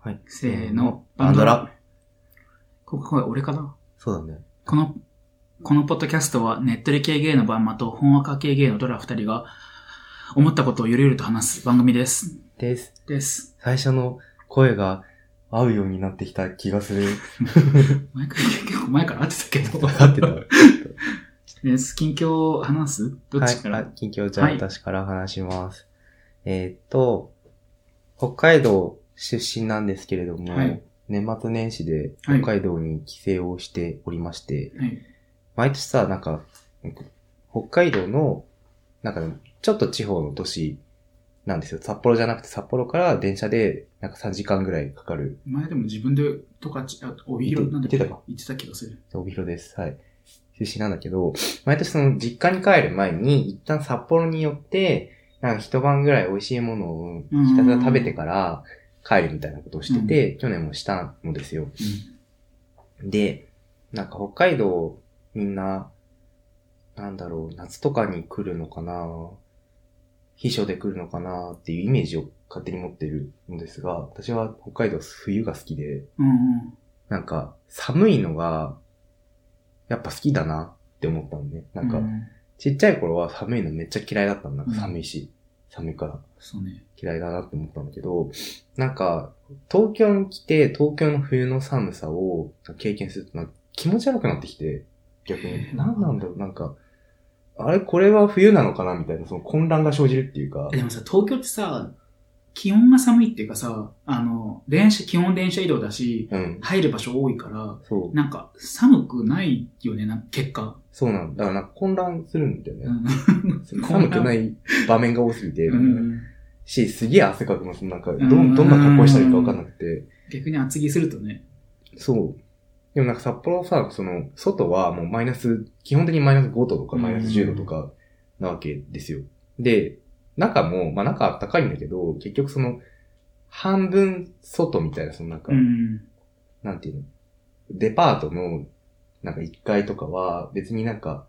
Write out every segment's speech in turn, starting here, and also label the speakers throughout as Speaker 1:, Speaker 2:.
Speaker 1: はい。
Speaker 2: せーの。
Speaker 1: バンドラ。
Speaker 2: ここ、これ俺かな
Speaker 1: そうだね。
Speaker 2: この、このポッドキャストは、ねっとり系ゲイのバンマと、本若系ゲイのドラ二人が、思ったことをゆるゆると話す番組です。
Speaker 1: です。
Speaker 2: です。
Speaker 1: 最初の声が合うようになってきた気がする。
Speaker 2: 前から、結構前から合ってたけど。
Speaker 1: 合ってた。
Speaker 2: です。近況を話すどっちから、
Speaker 1: はい。あ近況じゃあ
Speaker 2: はい
Speaker 1: 私から話します。えーっと、北海道出身なんですけれども、
Speaker 2: はい
Speaker 1: 年末年始で
Speaker 2: はい
Speaker 1: 北海道に帰省をしておりまして、
Speaker 2: はい
Speaker 1: 毎年さ、なんか、北海道の、なんか、ちょっと地方の都市なんですよ。札幌じゃなくて札幌から電車で、なんか3時間ぐらいかかる。
Speaker 2: 前でも自分で、とか、あ帯広なんだっけ
Speaker 1: 言ってたか
Speaker 2: 言ってた気がする。
Speaker 1: 帯広です。はい。出身なんだけど、毎年その実家に帰る前に、一旦札幌に寄って、なんか一晩ぐらい美味しいものをひたすら食べてから帰るみたいなことをしてて、去年もしたのですよ。で、なんか北海道みんな、なんだろう、夏とかに来るのかな秘書で来るのかなっていうイメージを勝手に持ってるのですが、私は北海道冬が好きで、
Speaker 2: うん。うん
Speaker 1: なんか寒いのが、やっぱ好きだなって思ったのね。
Speaker 2: う。
Speaker 1: なんんか
Speaker 2: う、ん
Speaker 1: ちっちゃい頃は寒いのめっちゃ嫌いだったの。なんか
Speaker 2: うん
Speaker 1: 寒いし、寒いから。
Speaker 2: そうね。
Speaker 1: 嫌いだなって思ったんだけど、なんか、東京に来て、東京の冬の寒さを経験すると、なんか気持ち悪くなってきて、逆
Speaker 2: へ
Speaker 1: に。
Speaker 2: ー
Speaker 1: なんなんだろう、なんか、あれ、これは冬なのかなみたいな、その混乱が生じるっていうか
Speaker 2: え、でもさ、東京ってさ、気温が寒いっていうかさ、あの、電車、基本電車移動だし、
Speaker 1: うん。
Speaker 2: 入る場所多いから、
Speaker 1: そう、
Speaker 2: なんか、寒くないよね、なんか結果。
Speaker 1: そうなんだ。だからなんか混乱するんだよ
Speaker 2: う
Speaker 1: ね。
Speaker 2: ん。
Speaker 1: 寒くない場面が多すぎて、
Speaker 2: うん
Speaker 1: し、すげえ汗かくの、そのなんか、ど
Speaker 2: うん
Speaker 1: ん、どんな格好したらいいかわかんなくて、
Speaker 2: 逆に厚着するとね。
Speaker 1: そう。でもなんか札幌はさ、その、外はもうマイナス、基本的にマイナス5度とか
Speaker 2: うん
Speaker 1: マイナス10度とかなわけですよ。で、中も、まあ中は高いんだけど、結局その、半分外みたいな、そのなんか、
Speaker 2: うん。
Speaker 1: なんていうの、デパートの、なんか1階とかは別になんか、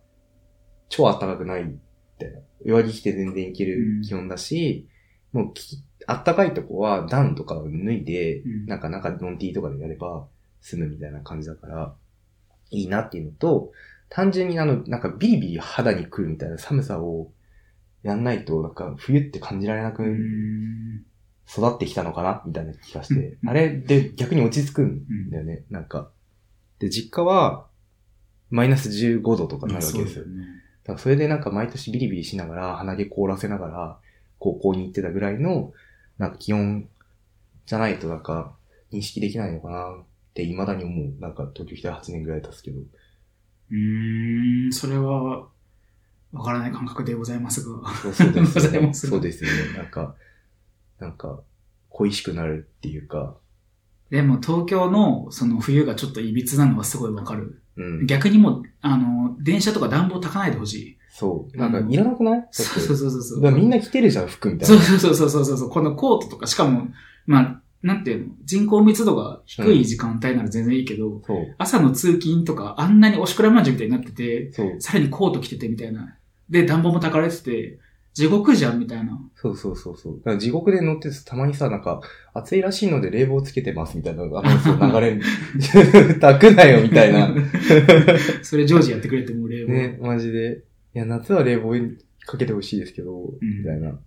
Speaker 1: 超暖かくないみたいな。上着着て全然いけ
Speaker 2: う
Speaker 1: る
Speaker 2: ん
Speaker 1: 気温だし、もうき、暖かいとこはダウンとかを脱いで、
Speaker 2: うん
Speaker 1: なんか中でノンティーとかでやれば済むみたいな感じだから、いいなっていうのと、単純にあの、なんかビリビリ肌に来るみたいな寒さをやんないと、なんか冬って感じられな
Speaker 2: う
Speaker 1: く
Speaker 2: ん。
Speaker 1: 育ってきたのかなみたいな気がし
Speaker 2: う
Speaker 1: て、
Speaker 2: ん
Speaker 1: あれで逆に落ち着くんだよね、なんか。で、実家は、マイナス15度とかなるわけですよ。だ
Speaker 2: ね。
Speaker 1: からそれでなんか毎年ビリビリしながら、鼻毛凍らせながら、高校に行ってたぐらいの、なんか気温じゃないとなんか、認識できないのかなって未だに思う。なんか東京来て8年ぐらい経つけ ど。
Speaker 2: うーん、それは、わからない感覚でございますが。
Speaker 1: そうそうですよ
Speaker 2: ござい
Speaker 1: ね。
Speaker 2: ます
Speaker 1: そうですよね。なんか、なんか、恋しくなるっていうか、
Speaker 2: でも東京のその冬がちょっと歪なのはすごいわかる。
Speaker 1: うん。
Speaker 2: 逆にもう、あの、電車とか暖房たかないでほしい。
Speaker 1: そう。なんかいらなくない、だって
Speaker 2: そうそうそうそう。
Speaker 1: だからみんな着てるじゃん、服みたい
Speaker 2: そ
Speaker 1: な。
Speaker 2: うそうそうそうそうそう。このコートとか、しかも、まあ、なんていうの、人口密度が低い時間帯なら全然いいけど、
Speaker 1: そう。
Speaker 2: 朝の通勤とか、あんなにおしくらまんじゅうみたいになってて、
Speaker 1: そう。
Speaker 2: さらにコート着ててみたいな。で、暖房もたかれてて、地獄じゃんみたいな。
Speaker 1: そうそうそうそう。だから地獄で乗っててたまにさ、なんか、暑いらしいので冷房つけてますみたいなのがあるんですよ。流れる。 たくなよみたいな。。
Speaker 2: それ常時やってくれても冷房。
Speaker 1: ね、マジで。いや、夏は冷房かけてほしいですけど、みたいな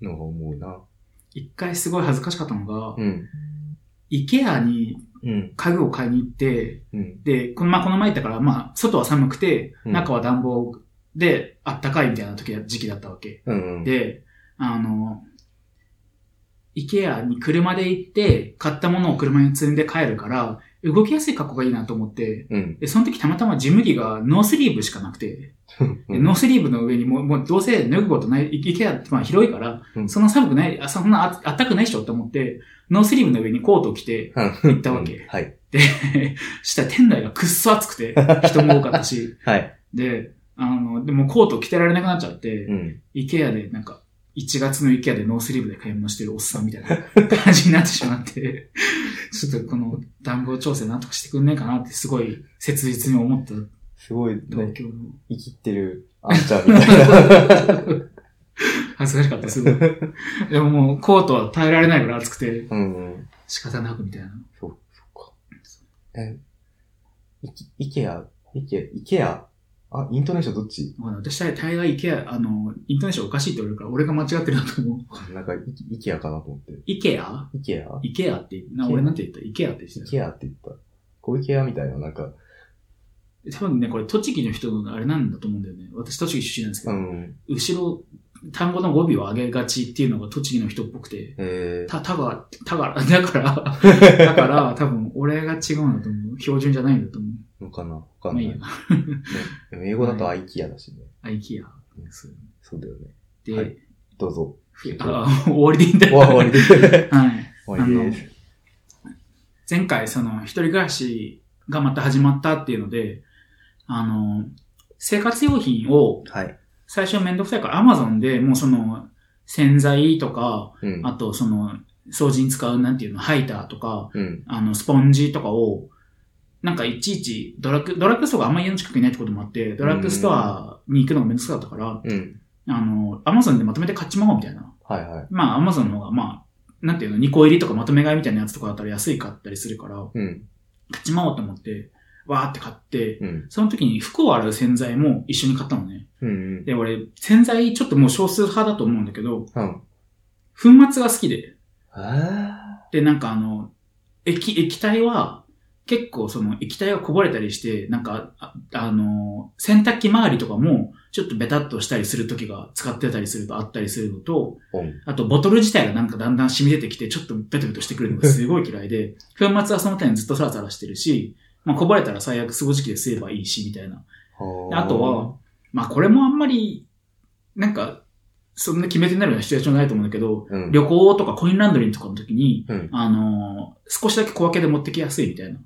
Speaker 1: のが思うな。
Speaker 2: 一回すごい恥ずかしかったのが、
Speaker 1: うん。
Speaker 2: イケアに
Speaker 1: うん。
Speaker 2: 家具を買いに行って、
Speaker 1: うん。
Speaker 2: で、この,、まあ、この前行ったから、まあ、外は寒くて、
Speaker 1: うん
Speaker 2: 中は暖房で、あったかいみたいな時だ時期だったわけ。
Speaker 1: うん。うん。
Speaker 2: で、あの、イケアに車で行って、買ったものを車に積んで帰るから、動きやすい格好がいいなと思って、
Speaker 1: うん。
Speaker 2: で、その時たまたまジム着がノースリーブしかなくて、
Speaker 1: う
Speaker 2: でノースリーブの上にもう、もうどうせ脱ぐことない、イケアってまあ広いから、
Speaker 1: うん
Speaker 2: そんな寒くない、あそんなああったくないっしょって思って、ノースリーブの上にコートを着て、
Speaker 1: 行
Speaker 2: ったわけ
Speaker 1: はい。
Speaker 2: で、したら店内がくっそ暑くて、人も多かったし、
Speaker 1: はい。
Speaker 2: で、あの、でもコート着てられなくなっちゃって、
Speaker 1: うん。
Speaker 2: イケアで、なんか、1月のイケアでノースリーブで買い物してるおっさんみたいな感じになってしまって、 ちょっとこの暖房調整なんとかしてくんねえかなってすごい切実に思った
Speaker 1: すごい、
Speaker 2: 東
Speaker 1: ね、
Speaker 2: 京の。
Speaker 1: 生きってる、あんちゃんみたいな。
Speaker 2: 恥ずかしかった、すごい。でももうコートは耐えられないぐらい暑くて、
Speaker 1: うん。
Speaker 2: 仕方なくみたいな。
Speaker 1: そう、そっか。え、いき、イケア、イケア、イケア、あ、イントネーションどっち
Speaker 2: わかんない私、大概イケア、あの、インターネーションおかしいって言われるから、俺が間違ってるなと思う。
Speaker 1: なんかイ、イケアかなと思って。
Speaker 2: イケア
Speaker 1: イケア
Speaker 2: イケアって、な、俺なんて言ったイケアって言って
Speaker 1: イ
Speaker 2: た。
Speaker 1: ケアって言った。小池屋みたいな、なんか、
Speaker 2: 多分ね、これ、栃木の人のあれなんだと思うんだよね。私、栃木出身なんですけ
Speaker 1: う
Speaker 2: ど、
Speaker 1: ん、
Speaker 2: 後ろ、単語の語尾を上げがちっていうのが栃木の人っぽくて、
Speaker 1: えー、
Speaker 2: た、たが、たがら、 だから、だから、多分、俺が違うんだと思う。標準じゃないんだと思う。
Speaker 1: のかなわかん
Speaker 2: まあ
Speaker 1: ない
Speaker 2: い
Speaker 1: い。
Speaker 2: や
Speaker 1: ね、でも英語だとアイキアだしね。
Speaker 2: あ、イケア。
Speaker 1: うん
Speaker 2: そう
Speaker 1: そうだよね。
Speaker 2: で、
Speaker 1: はいどうぞ。
Speaker 2: あ、終わりでいいんだ
Speaker 1: 終わ終わりで終
Speaker 2: はい。
Speaker 1: わりです。
Speaker 2: 前回、その、一人暮らしがまた始まったっていうので、あの、生活用品を
Speaker 1: はい。
Speaker 2: 最初めんどくさいから Amazon でもうその、洗剤とか、
Speaker 1: うん。
Speaker 2: あとその、掃除に使うなんていうの、ハイターとか、
Speaker 1: うん。
Speaker 2: あの、スポンジとかを、なんかいちいちドラッグ、ドラッグストアがあんま家の近くにないってこともあって、ドラッグストアに行くのがめんどくさかったから、
Speaker 1: うん。
Speaker 2: あの、Amazon でまとめて買っちまおうみたいな。
Speaker 1: はいはい。
Speaker 2: まあ、Amazon の方が、まあ、なんていうの、2個入りとかまとめ買いみたいなやつとかだったら安いかったりするから、
Speaker 1: うん。
Speaker 2: 買っちまおうと思って、わーって買って、
Speaker 1: うん。
Speaker 2: その時に服を洗う洗剤も一緒に買ったのね。
Speaker 1: うん。うん。
Speaker 2: で、俺、洗剤ちょっともう少数派だと思うんだけど、
Speaker 1: うん。
Speaker 2: 粉末が好きで。
Speaker 1: あ
Speaker 2: で、なんかあの、液、液体は、結構その液体がこぼれたりして、なんか、ああの、洗濯機周りとかも、ちょっとベタっとしたりする時が使ってたりするとあったりするのと、
Speaker 1: ー。うん。
Speaker 2: あと、ボトル自体がなんかだんだん染み出てきて、ちょっとベトベトしてくる のがすごい嫌いで、粉末はその点ずっとサラサラしてるし、まあ、こぼれたら最悪掃除機で吸えばいいし、みたいな。であとは、まあ、これもあんまり、なんか、そんな決め手になるようなシチュエーションはないと思うんだけど、
Speaker 1: うん、
Speaker 2: 旅行とかコインランドリーとかの時に、
Speaker 1: うん
Speaker 2: あのー少しだけ小分けで持ってきやすいみたいな。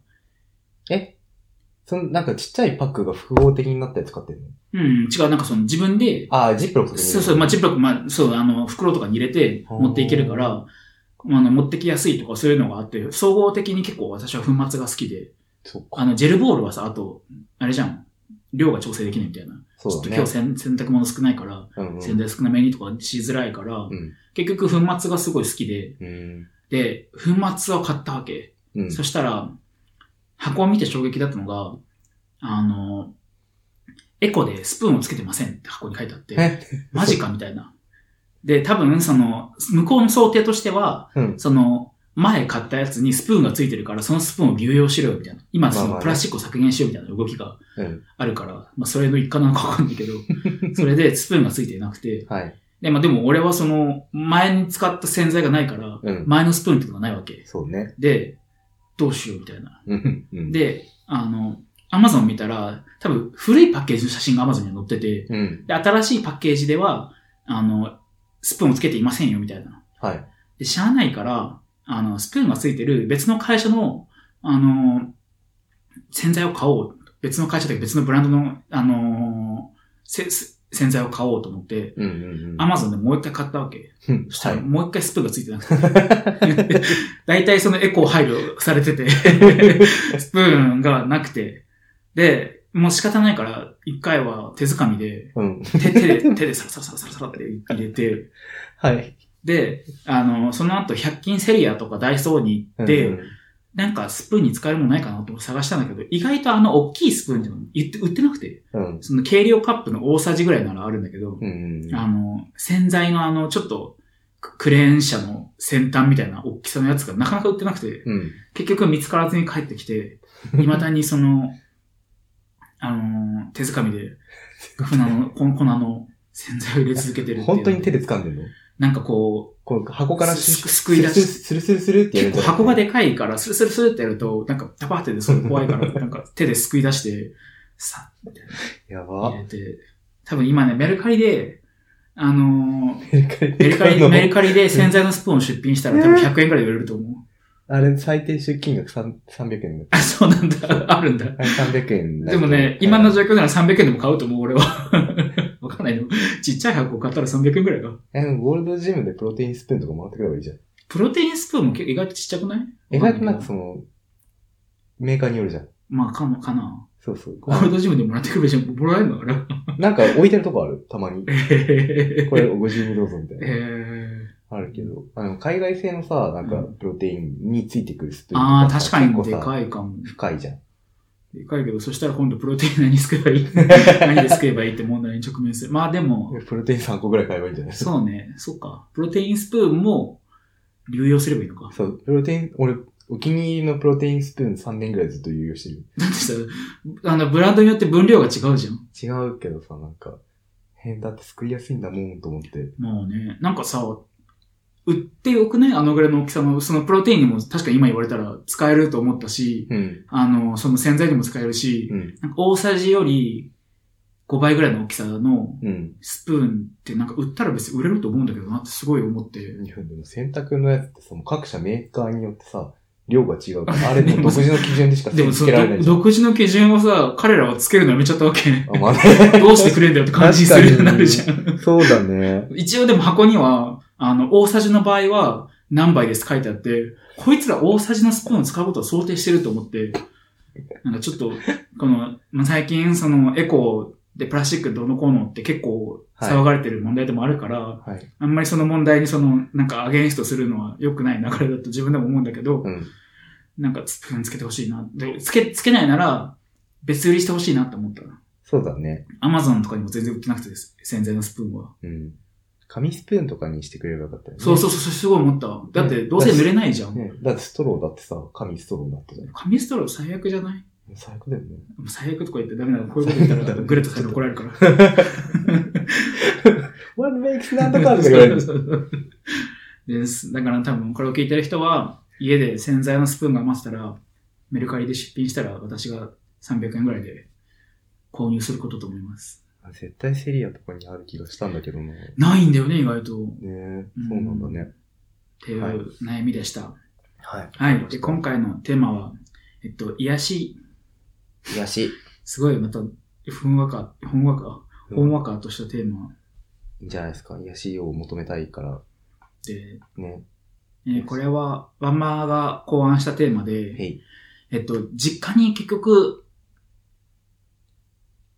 Speaker 1: その、なんかちっちゃいパックが複合的になったやつ買ってるの
Speaker 2: うん、違う、なんかその自分で、
Speaker 1: ああ、ジップロックとか
Speaker 2: そうそう、まあ、ジップロック、まあ、そう、あの、袋とかに入れて持っていけるから、まああの、持ってきやすいとかそういうのがあって、総合的に結構私は粉末が好きで、
Speaker 1: そう
Speaker 2: あ
Speaker 1: か。
Speaker 2: の、ジェルボールはさ、あと、あれじゃん、量が調整できないみたいな。ち
Speaker 1: そ
Speaker 2: ょっ
Speaker 1: う
Speaker 2: と
Speaker 1: だね。
Speaker 2: 今日洗洗濯物少ないから、
Speaker 1: うんうん
Speaker 2: 洗剤少なめにとかしづらいから、
Speaker 1: うん。
Speaker 2: 結局粉末がすごい好きで、
Speaker 1: うん。
Speaker 2: で、粉末を買ったわけ。
Speaker 1: うん。
Speaker 2: そしたら、箱を見て衝撃だったのが、あの、エコでスプーンをつけてませんって箱に書いてあって、
Speaker 1: え
Speaker 2: マジかみたいな。で、多分、その、向こうの想定としては、
Speaker 1: うん
Speaker 2: その、前買ったやつにスプーンがついてるから、そのスプーンを流用しろよ、みたいな。今、
Speaker 1: まあ
Speaker 2: そ
Speaker 1: まあ
Speaker 2: の、
Speaker 1: ね
Speaker 2: プラスチックを削減しよう、みたいな動きが
Speaker 1: うん。
Speaker 2: あるから、まあ、それの一環なのかわかんないけ ど、それでスプーンがついてなくて、
Speaker 1: はい。
Speaker 2: で、まあ、でも俺はその、前に使った洗剤がないから、
Speaker 1: うん。
Speaker 2: 前のスプーンっていうのがないわけ。
Speaker 1: そうね。
Speaker 2: で、どうしよう、みたいな。
Speaker 1: うん。うん、
Speaker 2: で、あの、アマゾン見たら、多分、古いパッケージの写真がアマゾンには載ってて、
Speaker 1: うん。
Speaker 2: で、新しいパッケージでは、あの、スプーンをつけていませんよ、みたいな。
Speaker 1: はい。
Speaker 2: で、しゃあないから、あの、スプーンがついてる別の会社の、あの、洗剤を買おう。別の会社というか別のブランドの、あの、せせ洗剤を買おうと思って、
Speaker 1: うんうんうん。
Speaker 2: アマゾンでもう一回買ったわけ。
Speaker 1: うん
Speaker 2: そした
Speaker 1: は
Speaker 2: ら
Speaker 1: い。
Speaker 2: もう一回スプーンがついてな くて。大体そのエコー配慮されてて、スプーンがなくて。で、もう仕方ないから、一回は手づかみで、
Speaker 1: うん。
Speaker 2: 手 手で、手でサラサラサラサラサラって入れて、
Speaker 1: はい。
Speaker 2: で、あの、その後、100均セリアとかダイソーに行って、
Speaker 1: うん
Speaker 2: なんかスプーンに使えるものないかなと探したんだけど、意外とあの、大きいスプーンっていうの言って売ってなくて、
Speaker 1: うん。
Speaker 2: その軽量カップの大さじぐらいならあるんだけど、
Speaker 1: うん。うん
Speaker 2: あの、洗剤のあの、ちょっと、ククレーン車の先端みたいな大きさのやつがなかなか売ってなくて、
Speaker 1: うん。
Speaker 2: 結局見つからずに帰ってきて、未だにその、 あの、手づかみで、粉の、粉粉の洗剤を入れ続けてるっていうので
Speaker 1: 本当に手で掴んでんの
Speaker 2: なんかこう、
Speaker 1: こう箱から
Speaker 2: す
Speaker 1: し
Speaker 2: すすくい出し
Speaker 1: スルスルスルってやる
Speaker 2: 結
Speaker 1: ん
Speaker 2: 構
Speaker 1: じゃなくて
Speaker 2: 箱がでかいから、スルスルスルってやると、なんか、ダバーってで、それ怖い から、なんか手ですくい出して、さ、
Speaker 1: や
Speaker 2: 入
Speaker 1: ば。
Speaker 2: れて、多分今ね、メルカリで、あのー
Speaker 1: メルカリ
Speaker 2: メルカリ、メル
Speaker 1: カ
Speaker 2: カリで洗剤のスプーンを出品したら多分100円くらいで売れると思う。
Speaker 1: あれ、最低出金額3 300円だ
Speaker 2: あ、そうなんだ。 あるんだ。
Speaker 1: あれ300円だ
Speaker 2: でもね、今の状況なら300円でも買うと思う、俺は。 わかんないの。ちっちゃい箱買ったら300円くらいか。
Speaker 1: え、ゴールドジムでプロテインスプーンとかもらってくればいいじゃん。
Speaker 2: プロテインスプーンも結構意外とちっちゃくない
Speaker 1: 意外となんか
Speaker 2: わかんないけど
Speaker 1: その、メーカーによるじゃん。
Speaker 2: まあ、かも、かな。
Speaker 1: そうそう。
Speaker 2: ゴールドジムでもらってくればいいじゃん。もらえるのあれ。
Speaker 1: なんか置いてるとこあるたまに。
Speaker 2: え
Speaker 1: これ、ご自由にどうぞみたい
Speaker 2: え
Speaker 1: な。ああるけど、あの、海外製のさ、なんか、プロテインについてくるスプーンと
Speaker 2: ああ、
Speaker 1: さ
Speaker 2: 確かに
Speaker 1: 結
Speaker 2: で
Speaker 1: 構さ、
Speaker 2: かいかも。
Speaker 1: 深いじゃん。
Speaker 2: でかいけど、そしたら今度プロテイン何す ればいい何で救えばいいって問題に直面する。まあでも、
Speaker 1: プロテイン3個ぐらい買えばいいんじゃないですか。
Speaker 2: そうね、そっか。プロテインスプーンも流用すればいいのか。
Speaker 1: そう、プロテイン、俺、お気に入りのプロテインスプーン3年ぐらいずっと有用してる。
Speaker 2: だってさ、あの、ブランドによって分量が違うじゃん。
Speaker 1: 違うけどさ、なんか、変だって救いやすいんだもんと思って。
Speaker 2: まあね、なんかさ、売ってよくねあのぐらいの大きさの、そのプロテインにも確か今言われたら使えると思ったし、
Speaker 1: うん。
Speaker 2: あの、その洗剤にも使えるし、
Speaker 1: うん。
Speaker 2: なんか大さじより5倍ぐらいの大きさの
Speaker 1: うん。
Speaker 2: スプーンってなんか売ったら別に売れると思うんだけどなってすごい思って。
Speaker 1: いや、でも洗濯のやつってさ、もう各社メーカーによってさ、量が違うから、あれもう独自の基準でしか
Speaker 2: でも
Speaker 1: つ
Speaker 2: そ
Speaker 1: けられな
Speaker 2: の
Speaker 1: いじゃん。
Speaker 2: 独自の基準をさ、彼らはつけるのやめちゃったわけ。
Speaker 1: あ、まあね
Speaker 2: どうしてくれんだよって感じにするようになるじゃん。
Speaker 1: そうだね。
Speaker 2: 一応でも箱には、あの、大さじの場合は何杯ですって書いてあって、こいつら大さじのスプーンを使うことを想定してると思って、なんかちょっと、この、まあ、最近そのエコでプラスチックどうのこうのって結構
Speaker 1: はい
Speaker 2: 騒がれてる問題でもあるから、
Speaker 1: はい。
Speaker 2: あんまりその問題にその、なんかアゲインストするのは良くない流れだと自分でも思うんだけど、
Speaker 1: うん。
Speaker 2: なんかスプーンつけてほしいな。で、つけ、つけないなら、別売りしてほしいなと思った。
Speaker 1: そうだね。
Speaker 2: アマゾンとかにも全然売ってなくてです、洗剤のスプーンは。
Speaker 1: うん。紙スプーンとかにしてくれればよかったよね。
Speaker 2: そうそうそう、すごい思った。だって、どうせ濡れないじゃん。
Speaker 1: ね、だってストローだってさ、紙ストローだったじゃん。
Speaker 2: 紙ストロー最悪じゃない
Speaker 1: 最高だよね。
Speaker 2: もう最悪とか言ってダメなの。こういうこと言ったら、グレットさんに怒られるから。
Speaker 1: What makes なんとかとか言われ る。
Speaker 2: です。だから多分、これを聞いてる人は、家で洗剤のスプーンが余ってたら、メルカリで出品したら、私が300円ぐらいで購入することと思います。
Speaker 1: 絶対セリアとかにある気がしたんだけどな。ね
Speaker 2: ないんだよね、意外と。っ
Speaker 1: え、そうなんだね。
Speaker 2: ていう悩みでした。
Speaker 1: はい。
Speaker 2: はい。で、今回のテーマは、えっと、癒し。
Speaker 1: 癒し。
Speaker 2: すごい、また、ふんわか、ふんわか。ほんわかとしたテーマ
Speaker 1: いいんじゃないですか。癒しを求めたいから。
Speaker 2: で、
Speaker 1: ね。
Speaker 2: えーこれはワンマーが考案したテーマ
Speaker 1: へ
Speaker 2: で、
Speaker 1: い。
Speaker 2: えっと、実家に結局、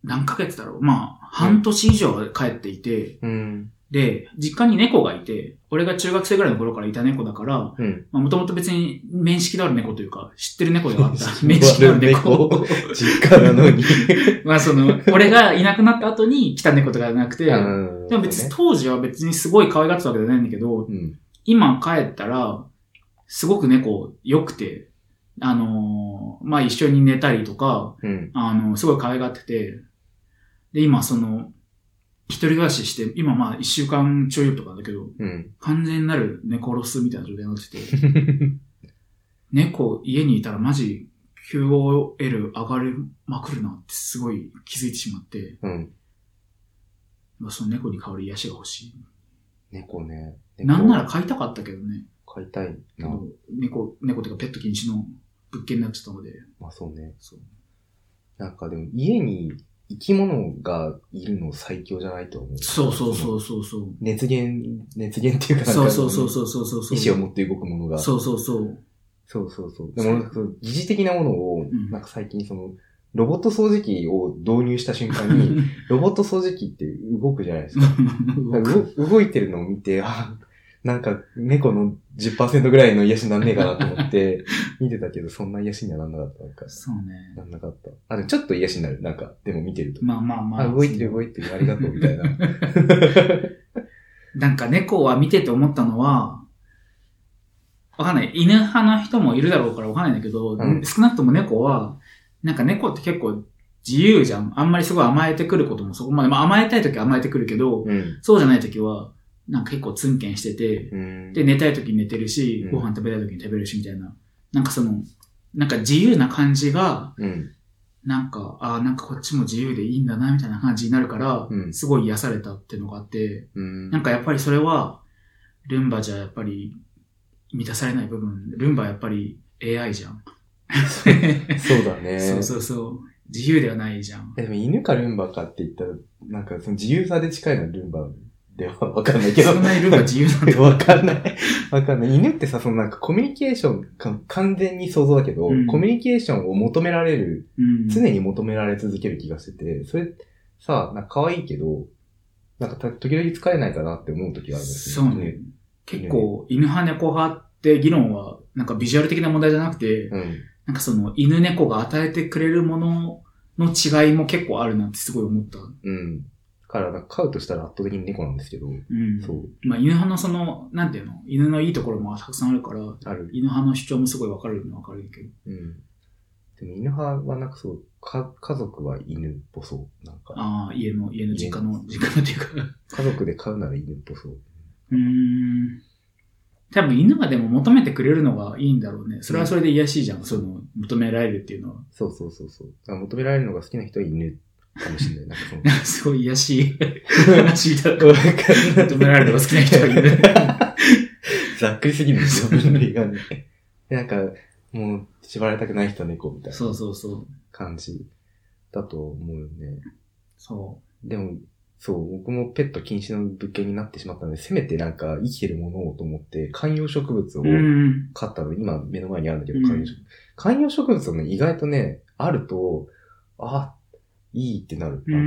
Speaker 2: 何ヶ月だろうまあ、半年以上は帰っていて、
Speaker 1: うん。
Speaker 2: で、実家に猫がいて、俺が中学生ぐらいの頃からいた猫だから、
Speaker 1: うん。
Speaker 2: まあ、もともと別に面識のある猫というか、 知ってる猫ではあ った。面識のある 猫。
Speaker 1: 実家なの に。
Speaker 2: まあ、その、俺がいなくなった後に来た猫とかじゃなく て、
Speaker 1: うん
Speaker 2: でも別に当時は別にすごい可愛がってたわけじゃないんだけど、
Speaker 1: うん。
Speaker 2: 今帰ったら、すごく猫良くて、あのーまあ、一緒に寝たりとか、
Speaker 1: うん。
Speaker 2: あのーすごい可愛がってて、で、今その、一人暮らしして、今まあ一週間ちょいとかだけど、
Speaker 1: うん。
Speaker 2: 完全なる猫ロスみたいな状態になってて、猫家にいたらマジ QOL 上がりまくるなってすごい気づいてしまって、
Speaker 1: うん。
Speaker 2: まあその猫に香る癒しが欲しい。
Speaker 1: 猫ね。
Speaker 2: なんなら飼いたかったけどね。
Speaker 1: 飼いたい
Speaker 2: け
Speaker 1: な。
Speaker 2: ど猫、猫というかペット禁止の物件になっちゃったので、
Speaker 1: まあそうね。
Speaker 2: そう。
Speaker 1: なんかでも家に生き物がいるの最強じゃないと思う。
Speaker 2: そうそうそうそうそう。
Speaker 1: 熱源、熱源っていうかなん
Speaker 2: そ
Speaker 1: か
Speaker 2: うそうそうそうそうそうそう。
Speaker 1: 意志を持って動くものが。
Speaker 2: そうそうそう。
Speaker 1: そうそうそう。でもなんかそう、疑似的なものを
Speaker 2: ん、
Speaker 1: なんか最近その、ロボット掃除機を導入した瞬間 に、ロボット掃除機って動くじゃないですか。だからう動いてるのを見て、あなんか猫の10%ぐらいの癒しになんねえかなと思 って、見てたけど、そんな癒しにはなんなかった。なんか、
Speaker 2: そうね。
Speaker 1: なんなかった。あ、でもちょっと癒しになる。なんか、でも見てると。
Speaker 2: まあまあまあ。
Speaker 1: あ、動いてる動いてる、ありがとう、みたいな。
Speaker 2: なんか猫は見てて思ったのは、わかんない。犬派な人もいるだろうからわかんないんだけど、
Speaker 1: うん
Speaker 2: 少なくとも猫は、なんか猫って結構自由じゃん。あんまりすごい甘えてくることもそこまで。まあ甘えたい時は甘えてくるけど、
Speaker 1: うん。
Speaker 2: そうじゃない時は、なんか結構ツンケンしてて、
Speaker 1: うん。
Speaker 2: で、寝たい時に寝てるし
Speaker 1: う、ん
Speaker 2: ご飯食べたい時に食べるし、みたいな。なんかその、なんか自由な感じが、
Speaker 1: うん。
Speaker 2: なんか、ああ、なんかこっちも自由でいいんだな、みたいな感じになるから、
Speaker 1: うん
Speaker 2: すごい癒されたっていうのがあって、
Speaker 1: うん。
Speaker 2: なんかやっぱりそれは、ルンバじゃやっぱり満たされない部分、ルンバはやっぱり AI じ ゃん。
Speaker 1: そうだね。
Speaker 2: そうそうそう。自由ではないじゃん。
Speaker 1: えでも犬かルンバかって言ったら、なんかその自由さで近いのはルンバではわかんないけど。
Speaker 2: そんなにルンバ自由 なんだ。
Speaker 1: わかんない。わかんない。犬ってさ、そのなんかコミュニケーションか、完全に想像だけど、
Speaker 2: うん
Speaker 1: コミュニケーションを求められる、
Speaker 2: うん。
Speaker 1: 常に求められ続ける気がしてて、それさ、なんか可愛いけど、なんかた時々疲れないかなって思う時があるんです
Speaker 2: そ
Speaker 1: よ
Speaker 2: うね。結構、犬派猫派って議論は、なんかビジュアル的な問題じゃなくて、
Speaker 1: うん。
Speaker 2: なんかその犬猫が与えてくれるものの違いも結構あるなってすごい思った。う
Speaker 1: うん。だから、なんか飼うとしたら圧倒的に猫なんですけど、
Speaker 2: ん。
Speaker 1: そう。
Speaker 2: まあ犬派のその、なんていうの犬のいいところもたくさんあるから、
Speaker 1: ある。
Speaker 2: 犬派の主張もすごいわかるのはわかるけど。
Speaker 1: うん。でも犬派はなんかそう、か、家族は犬っぽそう。なんか、
Speaker 2: ああ、家の、家の実家の、実家のっていうか。
Speaker 1: 家族で飼うなら犬っぽそう。
Speaker 2: うーん。多分犬がでも求めてくれるのがいいんだろうね。それはそれで癒やしいじゃん。その、求められるっていうのは。
Speaker 1: そうそうそうそう。だから求められるのが好きな人は犬かもしれない。なんか その、
Speaker 2: なんかすごい癒やし い話みたいな。求められるのが好きな人がい る。
Speaker 1: ざっくりすぎるんです
Speaker 2: そ
Speaker 1: よ、
Speaker 2: う
Speaker 1: 人類がね。でなんか、もう、縛られたくない人は猫みたいな
Speaker 2: そうそうそう。
Speaker 1: 感じだと思うよね。
Speaker 2: そ
Speaker 1: でも、そう、僕もペット禁止の物件になってしまったので、せめてなんか生きてるものをと思って、観葉植物を
Speaker 2: う。うん。
Speaker 1: 買ったの、今目の前にあるんだけ
Speaker 2: うん
Speaker 1: ど、観葉植物。観葉植物もね、意外とね、あると、あ、いいってなる。な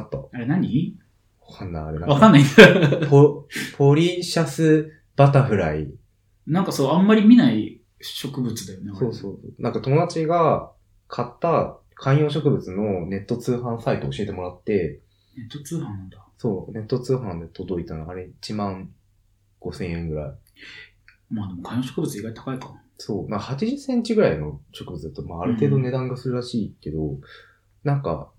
Speaker 1: んか、な
Speaker 2: な
Speaker 1: ん
Speaker 2: か、
Speaker 1: った。わ
Speaker 2: あれ何
Speaker 1: かんない、あれなん
Speaker 2: わかんないん だ。
Speaker 1: ポ、ポリシャスバタフライ。
Speaker 2: なんかそう、あんまり見ない植物だよね。
Speaker 1: そうそう。なんか友達が買った観葉植物のネット通販サイトを教えてもらって、
Speaker 2: う。ネット通販なんだ。
Speaker 1: そう、ネット通販で届いたの、あれ1万5千円ぐらい。
Speaker 2: まあでも、観葉植物意外と高いか。
Speaker 1: そう、なんか80センチぐらいの植物だと、まあある程度値段がするらしいけど、なんか、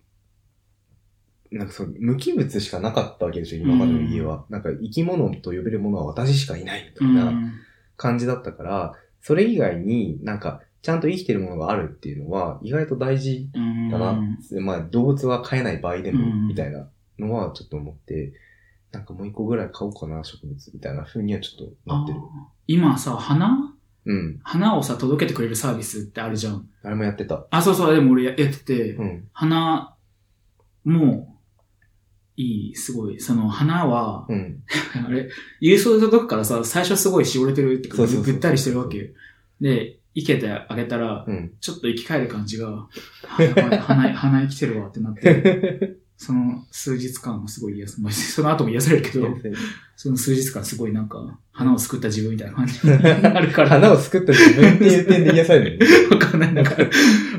Speaker 1: なんかそう、無機物しかなかったわけでしょ、今までの家は。なんか生き物と呼べるものは私しかいないみた
Speaker 2: う
Speaker 1: いな。
Speaker 2: ん。
Speaker 1: 感じだったから、それ以外になんか、ちゃんと生きてるものがあるっていうのは、意外と大事
Speaker 2: うん。
Speaker 1: だな。まあ、動物は飼えない場合でも、
Speaker 2: うん
Speaker 1: みたいなのはちょっと思って、なんかもう一個ぐらい買おうかな、植物、みたいな風にはちょっとなってる
Speaker 2: あ。ー今さ、花
Speaker 1: うん。
Speaker 2: 花をさ、届けてくれるサービスってあるじゃん。
Speaker 1: あれもやってた。
Speaker 2: あ、そうそう、でも俺ややってて、
Speaker 1: うん。
Speaker 2: 花、もう、いい、すごい。その花は、
Speaker 1: うん。
Speaker 2: あれ、郵送で届くからさ、最初すごいしおれてるってか
Speaker 1: そうそうそう
Speaker 2: ぐったりしてるわけよ。で、生けてあげたら、
Speaker 1: うん。
Speaker 2: ちょっと生き返る感じが、あやばい鼻、鼻生きてるわってなって、 その数日間すごい癒さ、まあその後も癒されるけど、その数日間すごいなんか、花を救った自分みたいな 感じになるから。
Speaker 1: 花をすくった自分っていう点で癒されるの ね。
Speaker 2: わかんない。なんか、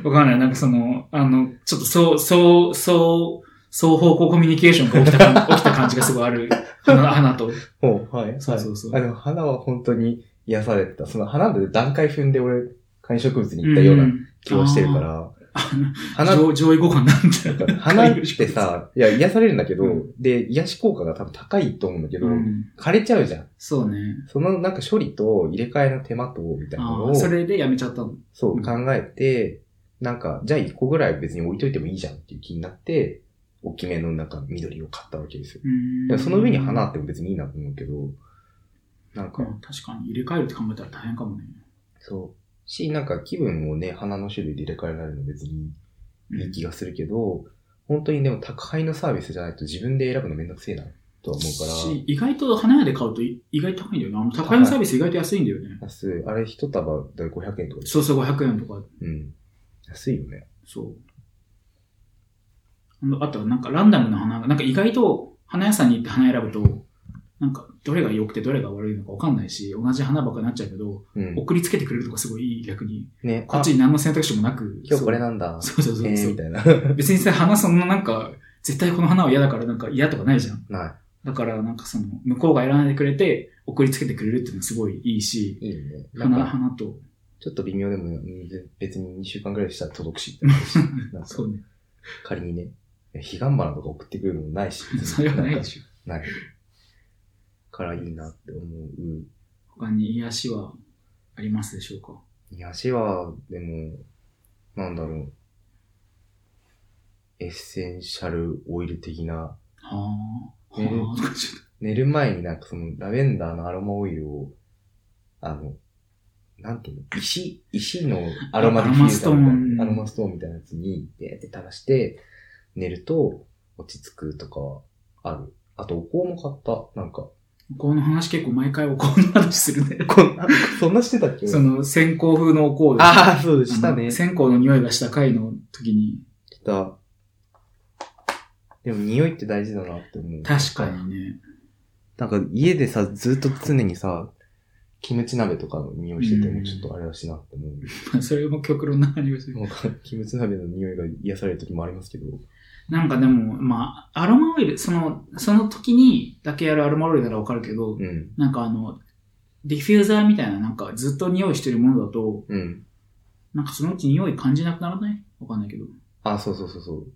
Speaker 2: わかんない。なんかその、あの、ちょっとそう、そう、そう、双方向コミュニケーションが起きた 感じ、起きた感じがすごいある。花花と。
Speaker 1: ほう、はい。
Speaker 2: そうそうそう
Speaker 1: はいあの、花は本当に癒されてた。その花で段階踏んで俺、観葉植物に行ったような気をしてるから、
Speaker 2: うん。あ
Speaker 1: 花
Speaker 2: の上上位互換なんだ。
Speaker 1: 花ってさ、いや、癒されるんだけど、
Speaker 2: うん
Speaker 1: で、癒し効果が多分高いと思うんだけど、
Speaker 2: うん、
Speaker 1: 枯れちゃうじゃん。
Speaker 2: そうね。
Speaker 1: そのなんか処理と入れ替えの手間と、みたいな
Speaker 2: あ
Speaker 1: の
Speaker 2: あ、
Speaker 1: を、
Speaker 2: そ
Speaker 1: そ
Speaker 2: れでやめちゃったの。
Speaker 1: う考えて、なんか、じゃあ一個ぐらい別に置いといてもいいじゃんっていう気になって、大きめのなんか緑を買ったわけですよ。
Speaker 2: う
Speaker 1: で
Speaker 2: ん。
Speaker 1: その上に花あっても別にいいなと思うけど、なん
Speaker 2: う
Speaker 1: か、
Speaker 2: ん確かに入れ替えるって考えたら大変かもね。
Speaker 1: そう。し、なんか気分をね、花の種類で入れ替えられるの別にいい気がするけど、本当にでも宅配のサービスじゃないと自分で選ぶのめんどくせえな、とは思うから
Speaker 2: し、意外と花屋で買うとい意外と高いんだよな。あの高いのサービス意外と安いんだよね。
Speaker 1: 安い。あれ一束で500円とかです。
Speaker 2: そうそう、500円とか。
Speaker 1: うん。安いよね。
Speaker 2: そう。あのあとはなんかランダムな花が、なんか意外と花屋さんに行って花選ぶと、なんかどれが良くてどれが悪いのかわかんないし、同じ花ばっかになっちゃうけど、
Speaker 1: うん。
Speaker 2: 送りつけてくれるとかすごいいい逆に。
Speaker 1: ね、
Speaker 2: こっちに何の選択肢もなく。
Speaker 1: 今日これ
Speaker 2: な
Speaker 1: なんだ。
Speaker 2: そうそう
Speaker 1: え
Speaker 2: そうそ
Speaker 1: ー、
Speaker 2: う
Speaker 1: み。たいな。
Speaker 2: 別にさ、花そんななんか、絶対この花は嫌だからなんか嫌とかないじゃん。
Speaker 1: な
Speaker 2: だからなんかその、向こうが選んでくれて、送りつけてくれるっていうのはすごいいいし、
Speaker 1: い。いいよね。なん
Speaker 2: 花、
Speaker 1: か、
Speaker 2: 花と、
Speaker 1: ちょっと微妙でも、うん別に2週間くらいしたら届くし、ってな るしなんか
Speaker 2: そうね。。
Speaker 1: 仮にね、彼岸花とか送ってくるのもないし
Speaker 2: それはないで
Speaker 1: し。
Speaker 2: しょ。
Speaker 1: ない。からいいなって思う。
Speaker 2: 他に癒しはありますでしょうか
Speaker 1: 癒しは、でも、なんだろう。エッセンシャルオイル的な、
Speaker 2: はあ。
Speaker 1: ね
Speaker 2: はあ、とかちょっ
Speaker 1: 寝る前になんかそのラベンダーのアロマオイルを、あの、なんていうの石、石のアロマで
Speaker 2: アロマストーン
Speaker 1: アロマストーンみたいなやつに、でって垂らして、寝ると落ち着くとかはある。あと、お香も買った。なんか、
Speaker 2: と、この話結構毎回お香の話するね。
Speaker 1: こんな、そんなしてたっけ
Speaker 2: その、線香風のお香で。
Speaker 1: ああ、そうで
Speaker 2: あの
Speaker 1: したね。
Speaker 2: 線香の匂いがした回の時に、
Speaker 1: した。でも匂いって大事だなって思う。
Speaker 2: 確かにね。
Speaker 1: なんか家でさ、ずっと常にさ、キムチ鍋とかの匂いしてて
Speaker 2: うん
Speaker 1: もちょっとあれだしなって思う。
Speaker 2: それも極論な話をする。
Speaker 1: もうかキムチ鍋の匂いが癒される時もありますけど。
Speaker 2: なんかでも、まあ、アロマオイル、その、その時にだけやるアロマオイルならわかるけど、
Speaker 1: うん。
Speaker 2: なんかあの、ディフューザーみたいな、なんかずっと匂いしてるものだと、
Speaker 1: うん。
Speaker 2: なんかそのうち匂い感じなくならないわかんないけど。
Speaker 1: あ、そうそうそうそう。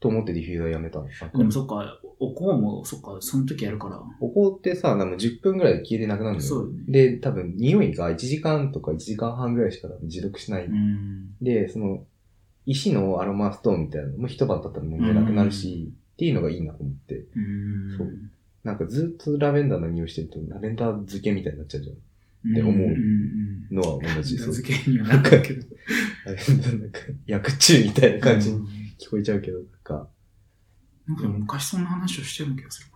Speaker 1: と思ってディフューザーやめたの。
Speaker 2: でもそっか、お香もそっか、その時やるから。
Speaker 1: お香ってさ、でも10分ぐらいで消えてなくなるのよ。
Speaker 2: そうよね
Speaker 1: で、多分匂いが1時間とか1時間半ぐらいしか多分持続しない。
Speaker 2: うん。
Speaker 1: で、その、石のアロマストーンみたいなのも一晩経ったらもう寝なくなるし、っていうのがいいなと思って。
Speaker 2: うん。
Speaker 1: そうなんかずっとラベンダーの匂いしてると、ラベンダー漬けみたいになっちゃうじゃ
Speaker 2: ん
Speaker 1: って思うん
Speaker 2: ん
Speaker 1: ん。のは同
Speaker 2: 片
Speaker 1: じ。そう
Speaker 2: 付けにはなんかけど。
Speaker 1: ラベンダーなんか、薬中みたいな 感じに
Speaker 2: うん
Speaker 1: 聞こえちゃうけど、なんか、
Speaker 2: なんかでも昔そんな話をしてる気がする。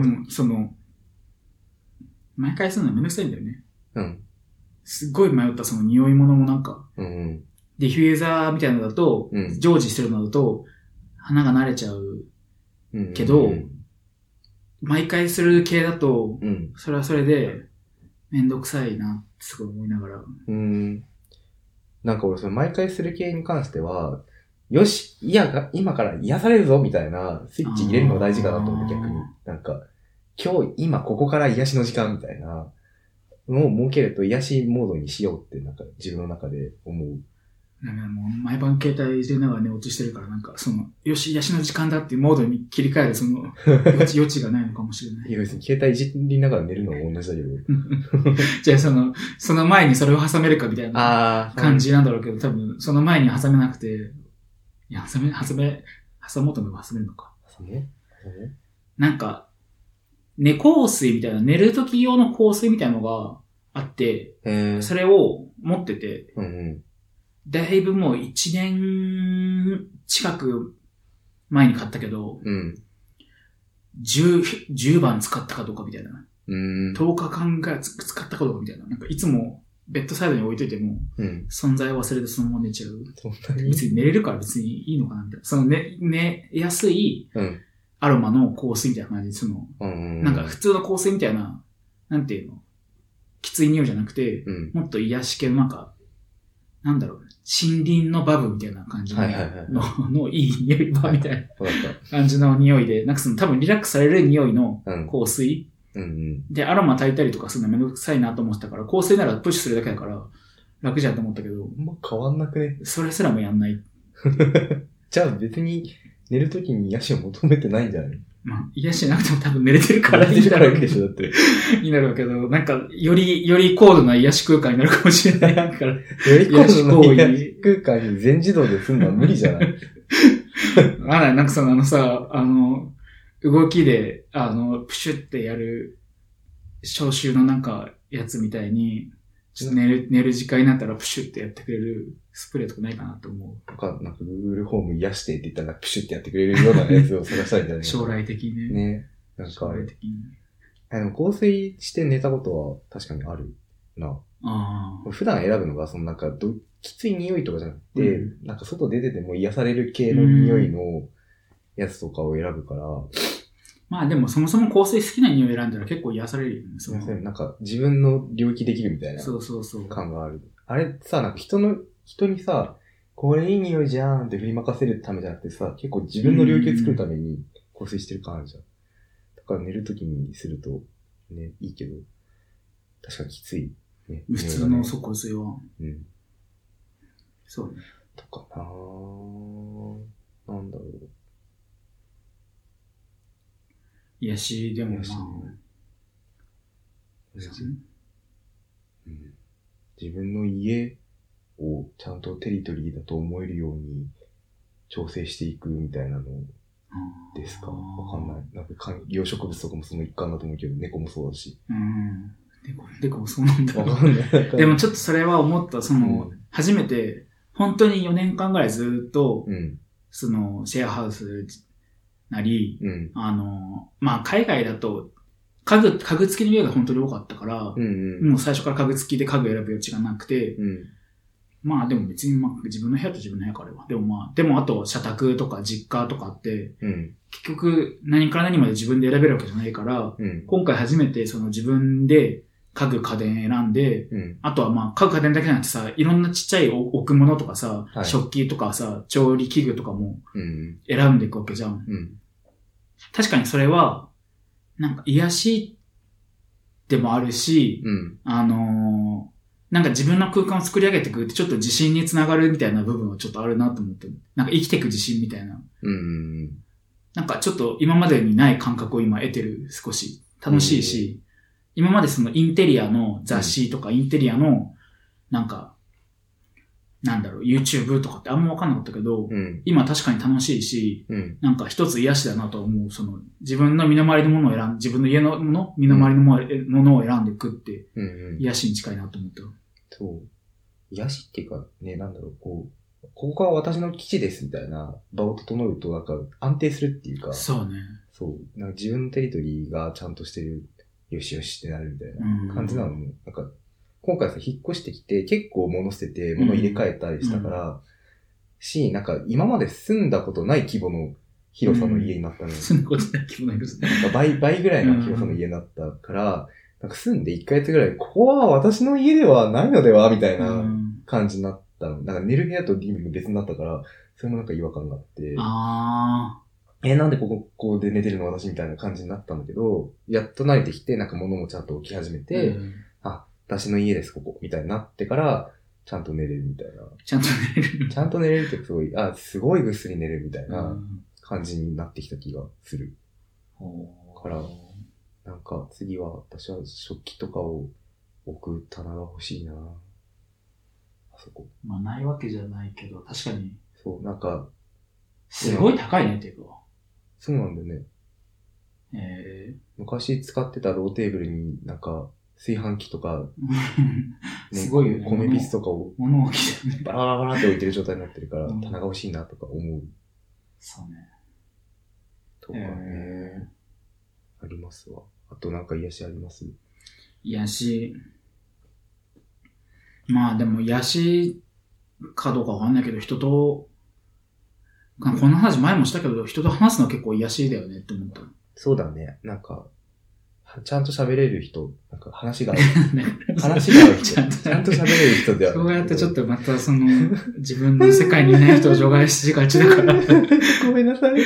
Speaker 2: でも、その、毎回するのめんどくさいんだよね。
Speaker 1: うん。
Speaker 2: すっごい迷ったその匂い物もなんか、
Speaker 1: うんうん。
Speaker 2: ディフューザーみたいなのだと、
Speaker 1: うん
Speaker 2: 常時してるのだと、花が慣れちゃう。
Speaker 1: うんうん
Speaker 2: けど
Speaker 1: うん。
Speaker 2: 毎回する系だと、
Speaker 1: うん
Speaker 2: それはそれで、めんどくさいなってすごい思いながら。
Speaker 1: うん。なんか俺、その毎回する系に関しては、よし、いやが、今から癒されるぞ、みたいな、スイッチ入れるのが大事かなと思って、
Speaker 2: あー
Speaker 1: 逆に。なんか、今日、今、ここから癒しの時間、みたいな、のを設けると癒しモードにしようって、なんか、自分の中で思う。
Speaker 2: なんかもう毎晩携帯いじりながら寝落ちしてるから、なんかその、よし、癒しの時間だっていうモードに切り替える、その、余地余地がないのかもしれない
Speaker 1: い。や、別に携帯いじりながら寝るのも同じだけど。
Speaker 2: じゃあその、その前にそれを挟めるかみたいな
Speaker 1: あ
Speaker 2: 感。じなんだろうけど、多分その前に挟めなくて、いや、挟め、挟め、挟もうと思えば挟めるのか。
Speaker 1: そうね。そうね。
Speaker 2: なんか、寝香水みたいな、寝る時用の香水みたいなのがあって、
Speaker 1: へー
Speaker 2: それを持ってて、
Speaker 1: うんうん。
Speaker 2: だいぶもう1年近く前に買ったけど、
Speaker 1: うん。
Speaker 2: 10、10番使ったかどうかみたいな。
Speaker 1: うん。
Speaker 2: 10日間ぐらいつ使ったかどうかみたいな。なんかいつもベッドサイドに置いといても、
Speaker 1: うん。
Speaker 2: 存在忘れてそのまま寝ちゃう。
Speaker 1: そんなに
Speaker 2: 別に寝れるから別にいいのかなみたいな。その寝、寝やすい
Speaker 1: うん。
Speaker 2: アロマの香水みたいな感じで、その、
Speaker 1: うん。
Speaker 2: なんか普通の香水みたいな、なんていうの、きつい匂いじゃなくて、
Speaker 1: うん。
Speaker 2: もっと癒し系のなんか、なんだろう、森林のバブみたいな感じの、
Speaker 1: はいはいはい
Speaker 2: の、 のいい匂いバみたい
Speaker 1: わかっ
Speaker 2: な感じの匂いで、なんかその多分リラックスされる匂いの
Speaker 1: た。うん。
Speaker 2: 香水
Speaker 1: うんうん。
Speaker 2: で、アロマ炊いたりとかするのめんどくさいなと思ってたから、香水ならプッシュするだけだから、楽じゃんと思ったけど、
Speaker 1: あんま変わんなくね。
Speaker 2: それすらもやんない
Speaker 1: じゃあ別に寝るときに癒しを求めてないんじゃない
Speaker 2: まあ、癒しなくても多分寝れてるからいいんだ
Speaker 1: から
Speaker 2: ろ
Speaker 1: いう
Speaker 2: け
Speaker 1: で
Speaker 2: ど
Speaker 1: しょ、だって。
Speaker 2: になるけど、なんか、より、より高度な癒し空間になるかもしれないから。
Speaker 1: より高度の
Speaker 2: 癒
Speaker 1: 癒
Speaker 2: し
Speaker 1: し空間に全自動で済むのは無理じゃない
Speaker 2: あら、なんかそのあのさ、あの、動きで、あの、プシュってやる、消臭のなんか、やつみたいに、ちょっと寝る、寝る時間になったらプシュってやってくれるスプレーとかないかなと思
Speaker 1: とか、なんか Google ホーム癒してって言ったらプシュってやってくれるようなやつを探したいんじゃな
Speaker 2: う。
Speaker 1: い
Speaker 2: 将来的にね。
Speaker 1: ね。なんか
Speaker 2: 将
Speaker 1: あ
Speaker 2: 来
Speaker 1: れ。
Speaker 2: 的に。
Speaker 1: あの、香水して寝たことは確かにあるな。
Speaker 2: ああ。
Speaker 1: 普段選ぶのが、そのなんかど、きつい匂いとかじゃなくて、
Speaker 2: う
Speaker 1: なんか外出てても癒される系の匂いのやつとかを選ぶから、
Speaker 2: まあでもそもそも香水好きな匂い選んだら結構癒されるよね。
Speaker 1: す
Speaker 2: そ
Speaker 1: み
Speaker 2: の
Speaker 1: ません、なんか自分の領域できるみたいな
Speaker 2: そうそうそう。
Speaker 1: 感がある。あれさ、なんか人の、人にさ、これいい匂いじゃんって振りまかせるためじゃなくてさ、結構自分の領域を作るために香水してる感あるじゃん。だから寝るときにすると、ね、いいけど、確かにきつい、ね。
Speaker 2: 普通の
Speaker 1: そ
Speaker 2: そう香水は。
Speaker 1: うん。
Speaker 2: そうね。
Speaker 1: とかなぁ。なんだろう。
Speaker 2: 癒し、でもま
Speaker 1: 癒し
Speaker 2: あ、そうね
Speaker 1: うん自分の家をちゃんとテリトリーだと思えるように調整していくみたいなのですかわかんない。なんか観葉植物とかもその一環だと思うけど、猫もそうだし。
Speaker 2: うん。でこ、でこもそうなんだ。
Speaker 1: わかんない。
Speaker 2: でもちょっとそれは思った、その、
Speaker 1: う
Speaker 2: 初めて、本当に4年間ぐらいずっと、
Speaker 1: うん、
Speaker 2: その、シェアハウスなり、
Speaker 1: うん、
Speaker 2: あの、まあ、海外だと、家具、家具付きの家が本当に多かったから
Speaker 1: う、ん、うん、
Speaker 2: もう最初から家具付きで家具選ぶ余地がなくて、
Speaker 1: うん、
Speaker 2: まあでも別にまあ自分の部屋と自分の部屋からは。でもまあ、でもあと社宅とか実家とかって、
Speaker 1: うん。
Speaker 2: 結局何から何まで自分で選べるわけじゃないから、
Speaker 1: うん。
Speaker 2: 今回初めてその自分で家具家電選んで、
Speaker 1: うん。
Speaker 2: あとはまあ家具家電だけじゃなくてさ、いろんなちっちゃい置くものとかさ、
Speaker 1: はい
Speaker 2: 食器とかさ、調理器具とかも
Speaker 1: うん。
Speaker 2: 選んでいくわけじゃん。
Speaker 1: うん。
Speaker 2: 確かにそれは、なんか癒しでもあるし、
Speaker 1: うん。
Speaker 2: あのーなんか自分の空間を作り上げていくってちょっと自信につながるみたいな部分はちょっとあるなと思ってる。なんか生きていく自信みたいな。
Speaker 1: うん。
Speaker 2: なんかちょっと今までにない感覚を今得てる少し楽しいし、今までそのインテリアの雑誌とかインテリアのなんか、なんだろう、YouTube とかってあんまわかんなかったけど、
Speaker 1: うん。
Speaker 2: 今確かに楽しいし、
Speaker 1: うん。
Speaker 2: なんか一つ癒しだなと思う。その自分の身の回りのものを選ん、自分の家のもの、身の回りのものを選んでいくって
Speaker 1: うん。うん。
Speaker 2: 癒しに近いなと思った。
Speaker 1: そう。癒しっていうか、ね、なんだろう、こう、ここが私の基地ですみたいな場を整うと、なんか安定するっていうか、
Speaker 2: そうね。
Speaker 1: そう。なんか自分のテリトリーがちゃんとしてる、よしよしってなるみたいな
Speaker 2: うん
Speaker 1: 感じなのも、なんか、今回さ、引っ越してきて、結構物捨てて、物入れ替えたりしたから、し、なんか今まで住んだことない規模の広さの家になったのよ。
Speaker 2: そんなことない気もないですね。
Speaker 1: なんか倍、倍ぐらいの広さの家になったから、なんか住んで1ヶ月ぐらい、ここは私の家ではないのではみたいな。
Speaker 2: うん
Speaker 1: 感じになったの。なんか寝る部屋とリビング別になったから、それもなんか違和感があって、
Speaker 2: あ
Speaker 1: えー、なんでここ、ここで寝てるの私みたいな感じになったんだけど、やっと慣れてきて、なんか物もちゃんと置き始め
Speaker 2: ー。
Speaker 1: て、
Speaker 2: うん
Speaker 1: 私の家です、ここ、みたいになってから、ちゃんと寝れるみたいな。
Speaker 2: ちゃんと寝れる。
Speaker 1: ちゃんと寝れるってすごい、あ、すごいぐっすり寝れるみたいうなん感じになってきた気がする。から
Speaker 2: う
Speaker 1: なんか次は私は食器とかを置く棚が欲しいなあそこ。
Speaker 2: んまあ、ないわけじゃないけど、確かに、
Speaker 1: そう、なんか、
Speaker 2: すごい高いね、っていうか。
Speaker 1: そうなんだよね。
Speaker 2: え
Speaker 1: 昔使ってたローテーブルになんか炊飯器とか、
Speaker 2: ー、
Speaker 1: ね
Speaker 2: すごいよね
Speaker 1: 米ピスとかを
Speaker 2: 物置きだね。
Speaker 1: バラバラバラって置いてる状態になってるから、
Speaker 2: うん
Speaker 1: 棚が欲しいなとか思う
Speaker 2: そうね。
Speaker 1: とかね、
Speaker 2: え
Speaker 1: ありますわ。あとなんか癒しあります
Speaker 2: ー、癒し。まあでも、癒しかどうかわかんないけど、人と、この話前もしたけど、人と話すのは結構癒しだよねって思った。
Speaker 1: そうだね。なんか、はちゃんと喋れる人、なんか話 が合う、話が合う人、
Speaker 2: ちゃんと
Speaker 1: ちゃんと喋れる人では
Speaker 2: そうやってちょっとまたその、自分の世界にいない人を除外しがちだから。
Speaker 1: ごめんなさい。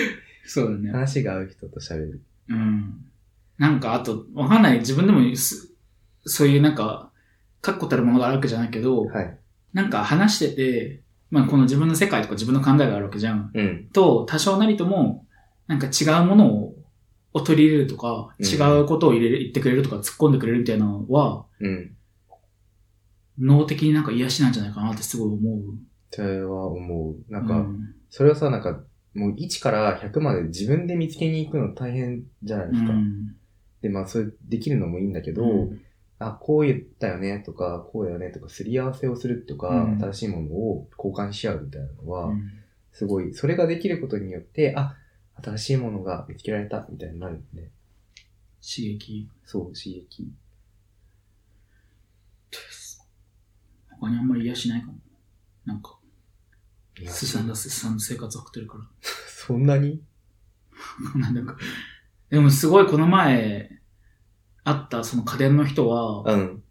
Speaker 2: そうだね。
Speaker 1: 話が合う人と喋る。
Speaker 2: うん。なんかあと、わかんない。自分でもす、そういうなんか、確固たるものがあるわけじゃないけど、
Speaker 1: はい。
Speaker 2: なんか話してて、まあこの自分の世界とか自分の考えがあるわけじゃん。
Speaker 1: うん。
Speaker 2: と、多少なりとも、なんか違うものを、を取り入れるとか、
Speaker 1: うん
Speaker 2: 違うことを入れる、言ってくれるとか、突っ込んでくれるみたいなのは、
Speaker 1: うん。
Speaker 2: 脳的になんか癒しなんじゃないかなってすごい思う。
Speaker 1: それは思う。なんか、
Speaker 2: うん
Speaker 1: それはさ、なんか、もう1から100まで自分で見つけに行くの大変じゃないですか。
Speaker 2: うん
Speaker 1: で、まあ、それできるのもいいんだけど、
Speaker 2: うん
Speaker 1: あ、こう言ったよねとか、こうだよねとか、すり合わせをするとか、
Speaker 2: うん
Speaker 1: 新しいものを交換し合うみたいなのは、
Speaker 2: うん
Speaker 1: すごい、それができることによって、あ、新しいものが見つけられたみたいになるんで、ね、
Speaker 2: 刺激。
Speaker 1: そう、刺激。
Speaker 2: 他にあんまり癒しないかも。なんか、
Speaker 1: いや
Speaker 2: すさんだすさんだ生活を送ってるか
Speaker 1: そんなに
Speaker 2: ら。 なんか、でもすごいこの前、会ったその家電の人は、
Speaker 1: うん。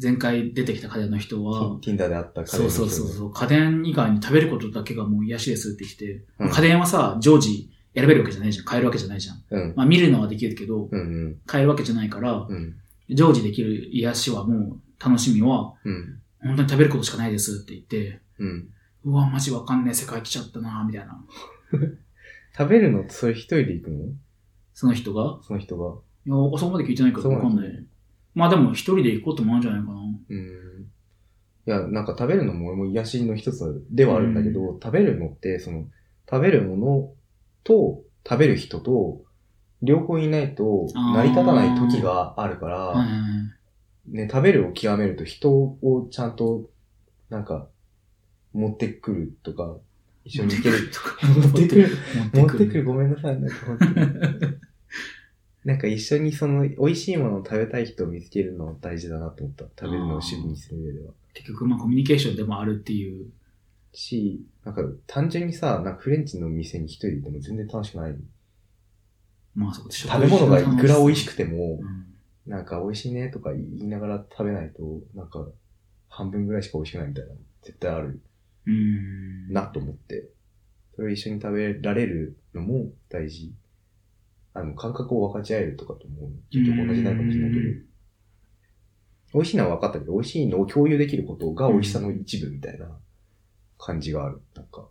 Speaker 2: 前回出てきた家電の人は、
Speaker 1: Tinder であった彼
Speaker 2: そうそうそうそう、家電以外に食べることだけがもう癒しですって言って、
Speaker 1: うん
Speaker 2: 家電はさ、常時選べるわけじゃないじゃん。買えるわけじゃないじゃん。
Speaker 1: うん。
Speaker 2: まあ見るのはできるけど、
Speaker 1: うんうん。
Speaker 2: 買えるわけじゃないから、
Speaker 1: うん。
Speaker 2: 常時できる癒しはもう、楽しみは、
Speaker 1: うん。
Speaker 2: 本当に食べることしかないですって言って、
Speaker 1: うん。
Speaker 2: うわ、マジわかんねえ世界来ちゃったなみたいな。
Speaker 1: 食べるのってそれ一人で行くの
Speaker 2: その人が、
Speaker 1: その人が。
Speaker 2: いや、そこまで聞いてないからわかんない。まあでも一人で行くこともあるんじゃないかな。
Speaker 1: うん。いや、なんか食べるのも俺も癒しの一つではあるんだけど、食べるのって、その、食べるものと食べる人と、両方いないと
Speaker 2: あー
Speaker 1: 成り立たない時があるから、
Speaker 2: はいはいはい
Speaker 1: ね、食べるを極めると人をちゃんと、なんか、持ってくるとか、一緒に行ける。
Speaker 2: とか。
Speaker 1: 持ってくる。
Speaker 2: 持って
Speaker 1: 持っ
Speaker 2: くる。
Speaker 1: てくる。ごめんなさい。なんか本当になんか一緒にその、美味しいものを食べたい人を見つけるの大事だなと思った。食べるのを趣味にする上では。
Speaker 2: 結局、まあコミュニケーションでもあるっていう。
Speaker 1: し、なんか単純にさ、なんかフレンチの店に一人でいても全然楽しくない。
Speaker 2: まあそうです
Speaker 1: 食べ物がいくら美味しくても
Speaker 2: う、ん
Speaker 1: なんか美味しいねとか言いながら食べないと、なんか半分ぐらいしか美味しくないみたいな、絶対ある
Speaker 2: うん。
Speaker 1: なと思って。それを一緒に食べられるのも大事。あの、感覚を分かち合えるとかと思う。結局同じになるかもしれないけど。美味しいのは分かったけど、美味しいのを共有できることが美味しさの一部みたいな感じがある。なんか。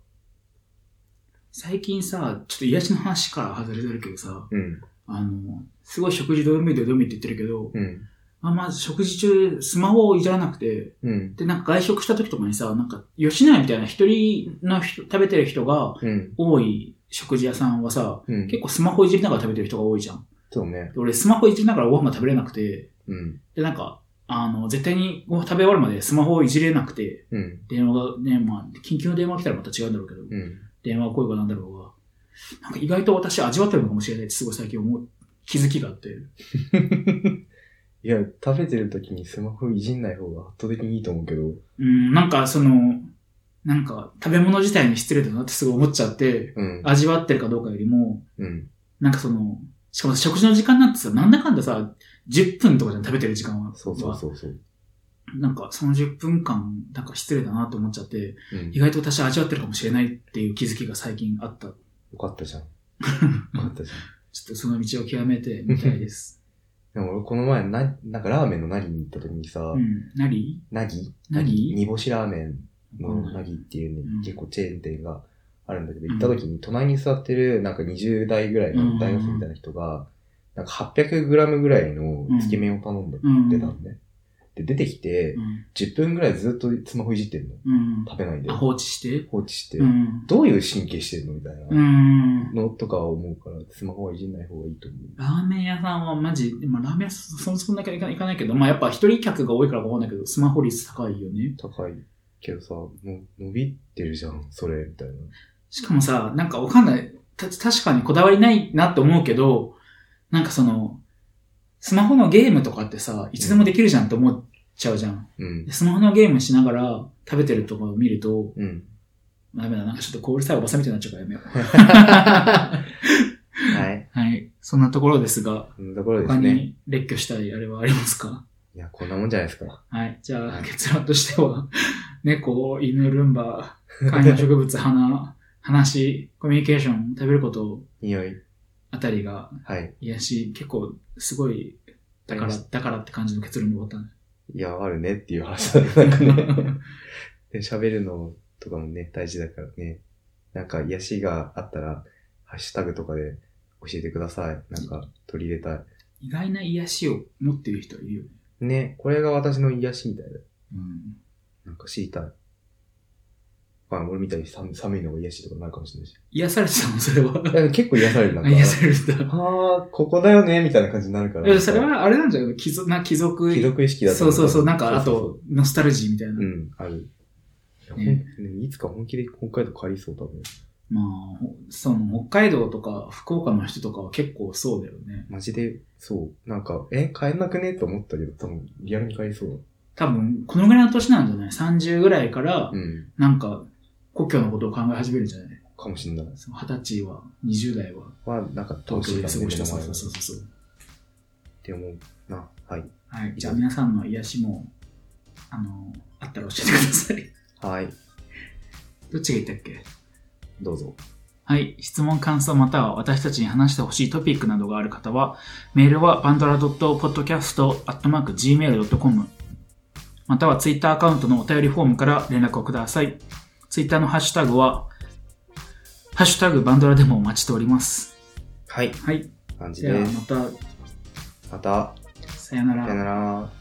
Speaker 2: 最近さ、ちょっと癒しの話から外れてるけどさ、
Speaker 1: うん。
Speaker 2: あの、すごい食事どよめどよめって言ってるけど、
Speaker 1: うん。
Speaker 2: まあまあ食事中スマホをいじらなくて、
Speaker 1: うん。
Speaker 2: で、なんか外食した時とかにさ、なんか吉野家みたいな一人の人食べてる人が
Speaker 1: うん。
Speaker 2: 多い食事屋さんはさ、
Speaker 1: うん。
Speaker 2: 結構スマホいじりながら食べてる人が多いじゃん。
Speaker 1: そうね。
Speaker 2: で俺スマホいじりながらご飯が食べれなくて、
Speaker 1: うん。
Speaker 2: で、なんか、あの、絶対にご飯食べ終わるまでスマホをいじれなくて、
Speaker 1: うん。
Speaker 2: 電話がね、まあ、緊急の電話来たらまた違うんだろうけど、
Speaker 1: うん。
Speaker 2: 電話声がなんだろうが、なんか意外と私味わってるのかもしれないってすごい最近思う、気づきがあって。
Speaker 1: いや、食べてる時にスマホいじんない方が圧倒的にいいと思うけど。
Speaker 2: うん、なんかその、なんか食べ物自体に失礼だなってすごい思っちゃって、
Speaker 1: うん。
Speaker 2: 味わってるかどうかよりも、
Speaker 1: うん。
Speaker 2: なんかその、しかも食事の時間なんてさ、なんだかんださ、10分とかじゃん、食べてる時間は。
Speaker 1: そうそうそうそう。
Speaker 2: なんかその10分間、なんか失礼だなと思っちゃって、
Speaker 1: うん。
Speaker 2: 意外と私は味わってるかもしれないっていう気づきが最近あった。ちょ
Speaker 1: よかったじゃん。よかったじゃん。
Speaker 2: っとその道を極めてみたいです。
Speaker 1: でも俺この前な、なんかラーメンのなぎに行った時にさ
Speaker 2: う、ん。なり
Speaker 1: なぎ
Speaker 2: なぎ
Speaker 1: 煮干しラーメンの
Speaker 2: うん
Speaker 1: なぎっていうね
Speaker 2: うん、
Speaker 1: 結構チェーン店があるんだけど、
Speaker 2: うん
Speaker 1: 行った時に隣に座ってるなんか20代ぐらいの大学生みたいな人が、なんか 800g ぐらいのつけ麺を頼んだ
Speaker 2: うん。
Speaker 1: ってたのね。で、出てきて、10分ぐらいずっとスマホいじってんの。
Speaker 2: うん。
Speaker 1: 食べないで
Speaker 2: あ、。放置して。
Speaker 1: 放置して
Speaker 2: う。ん。。
Speaker 1: どういう神経してるのみたいうなんのとか思うから、スマホはいじんない方がいいと思う。
Speaker 2: ラーメン屋さんはマジ、まあラーメン屋さんそもそもだけ行か行かないけど、まあやっぱ一人客が多いからわかんないけど、スマホ率高いよね。
Speaker 1: 高いけどさ、もう伸びてるじゃん、それ、みたいな。
Speaker 2: しかもさ、なんかわかんない、た、確かにこだわりないなって思うけど、なんかその、スマホのゲームとかってさ、いつでもできるじゃんって思っちゃうじゃん。
Speaker 1: うん
Speaker 2: で。スマホのゲームしながら食べてるとかを見ると、
Speaker 1: うん。
Speaker 2: ダメだ、なんかちょっとコールさえおばさんみたいになっちゃうからやめ よう。
Speaker 1: はい。
Speaker 2: はい。そんなところですが、
Speaker 1: そんなところで
Speaker 2: 他
Speaker 1: すね。
Speaker 2: に列挙したいあれはありますか
Speaker 1: いや、こんなもんじゃないですか。
Speaker 2: はい。じゃ
Speaker 1: は
Speaker 2: あ、
Speaker 1: い
Speaker 2: 結論としては、 猫、犬、ルンバ、観葉植物、花、話、コミュニケーション、食べること
Speaker 1: 匂い。
Speaker 2: あたりが
Speaker 1: はい。
Speaker 2: 癒し、結構、すごい、だから、だからって感じの結論に終わったね。
Speaker 1: いや、あるねっていう話だね。なんかね。 で喋るのとかもね、大事だからね。なんか、癒しがあったら、ハッシュタグとかで教えてください。なんか、取り入れたい。
Speaker 2: 意外な癒しを持っている人いるよね。
Speaker 1: ね、これが私の癒しみたいな。
Speaker 2: うん。
Speaker 1: なんか知りたい。まあ、俺みたいに寒寒いのが癒しとかなるかもしれないし。
Speaker 2: 癒されてたの、それ
Speaker 1: だ
Speaker 2: は。
Speaker 1: から結構癒される、なん
Speaker 2: あ
Speaker 1: か。
Speaker 2: 癒されてた。
Speaker 1: ああ、ここだよね、みたいな感じになるから。
Speaker 2: いやそれは、あれなんじゃないの貴族、な、貴族、
Speaker 1: 貴族意識だと
Speaker 2: そ
Speaker 1: 思
Speaker 2: うそうそう、なんか、あ
Speaker 1: そうそう
Speaker 2: と、ノスタルジーみたいな
Speaker 1: そう。うん、ある。いやほん
Speaker 2: ね
Speaker 1: ねいつか本気で北海道帰りそう、多分。
Speaker 2: まあ、ほその、北海道とか福岡の人とかは結構そうだよね。
Speaker 1: マジで、そう。なんか、え、帰んなくねと思ったけど、多分、リアルに帰りそう。
Speaker 2: 多分、このぐらいの年なんじゃない ?30 ぐらいから
Speaker 1: う、ん。
Speaker 2: なんか、故郷のことを考え始めるんじゃない
Speaker 1: かもしんない。
Speaker 2: その20歳は、20代は、
Speaker 1: は、なんか、
Speaker 2: 東京で過ごして
Speaker 1: そ
Speaker 2: そうう
Speaker 1: そ
Speaker 2: そうう
Speaker 1: そ。
Speaker 2: そううそう。
Speaker 1: って思うな。はい。
Speaker 2: はい。じゃあ皆さんの癒しも、あの、あったら教えてください。
Speaker 1: はい。
Speaker 2: どっちが言ったっけ
Speaker 1: どうぞ。
Speaker 2: はい。質問、感想、または私たちに話してほしいトピックなどがある方は、メールはバンドラ .podcast.gmail.com またはツイッターアカウントのお便りフォームから連絡をください。ツイッターのハッシュタグは、ハッシュタグバンドラでもお待ちしております。
Speaker 1: はい。
Speaker 2: はい。
Speaker 1: 感じ
Speaker 2: じゃあ
Speaker 1: で。
Speaker 2: ますた、
Speaker 1: また、
Speaker 2: さよなら
Speaker 1: さよ。なら。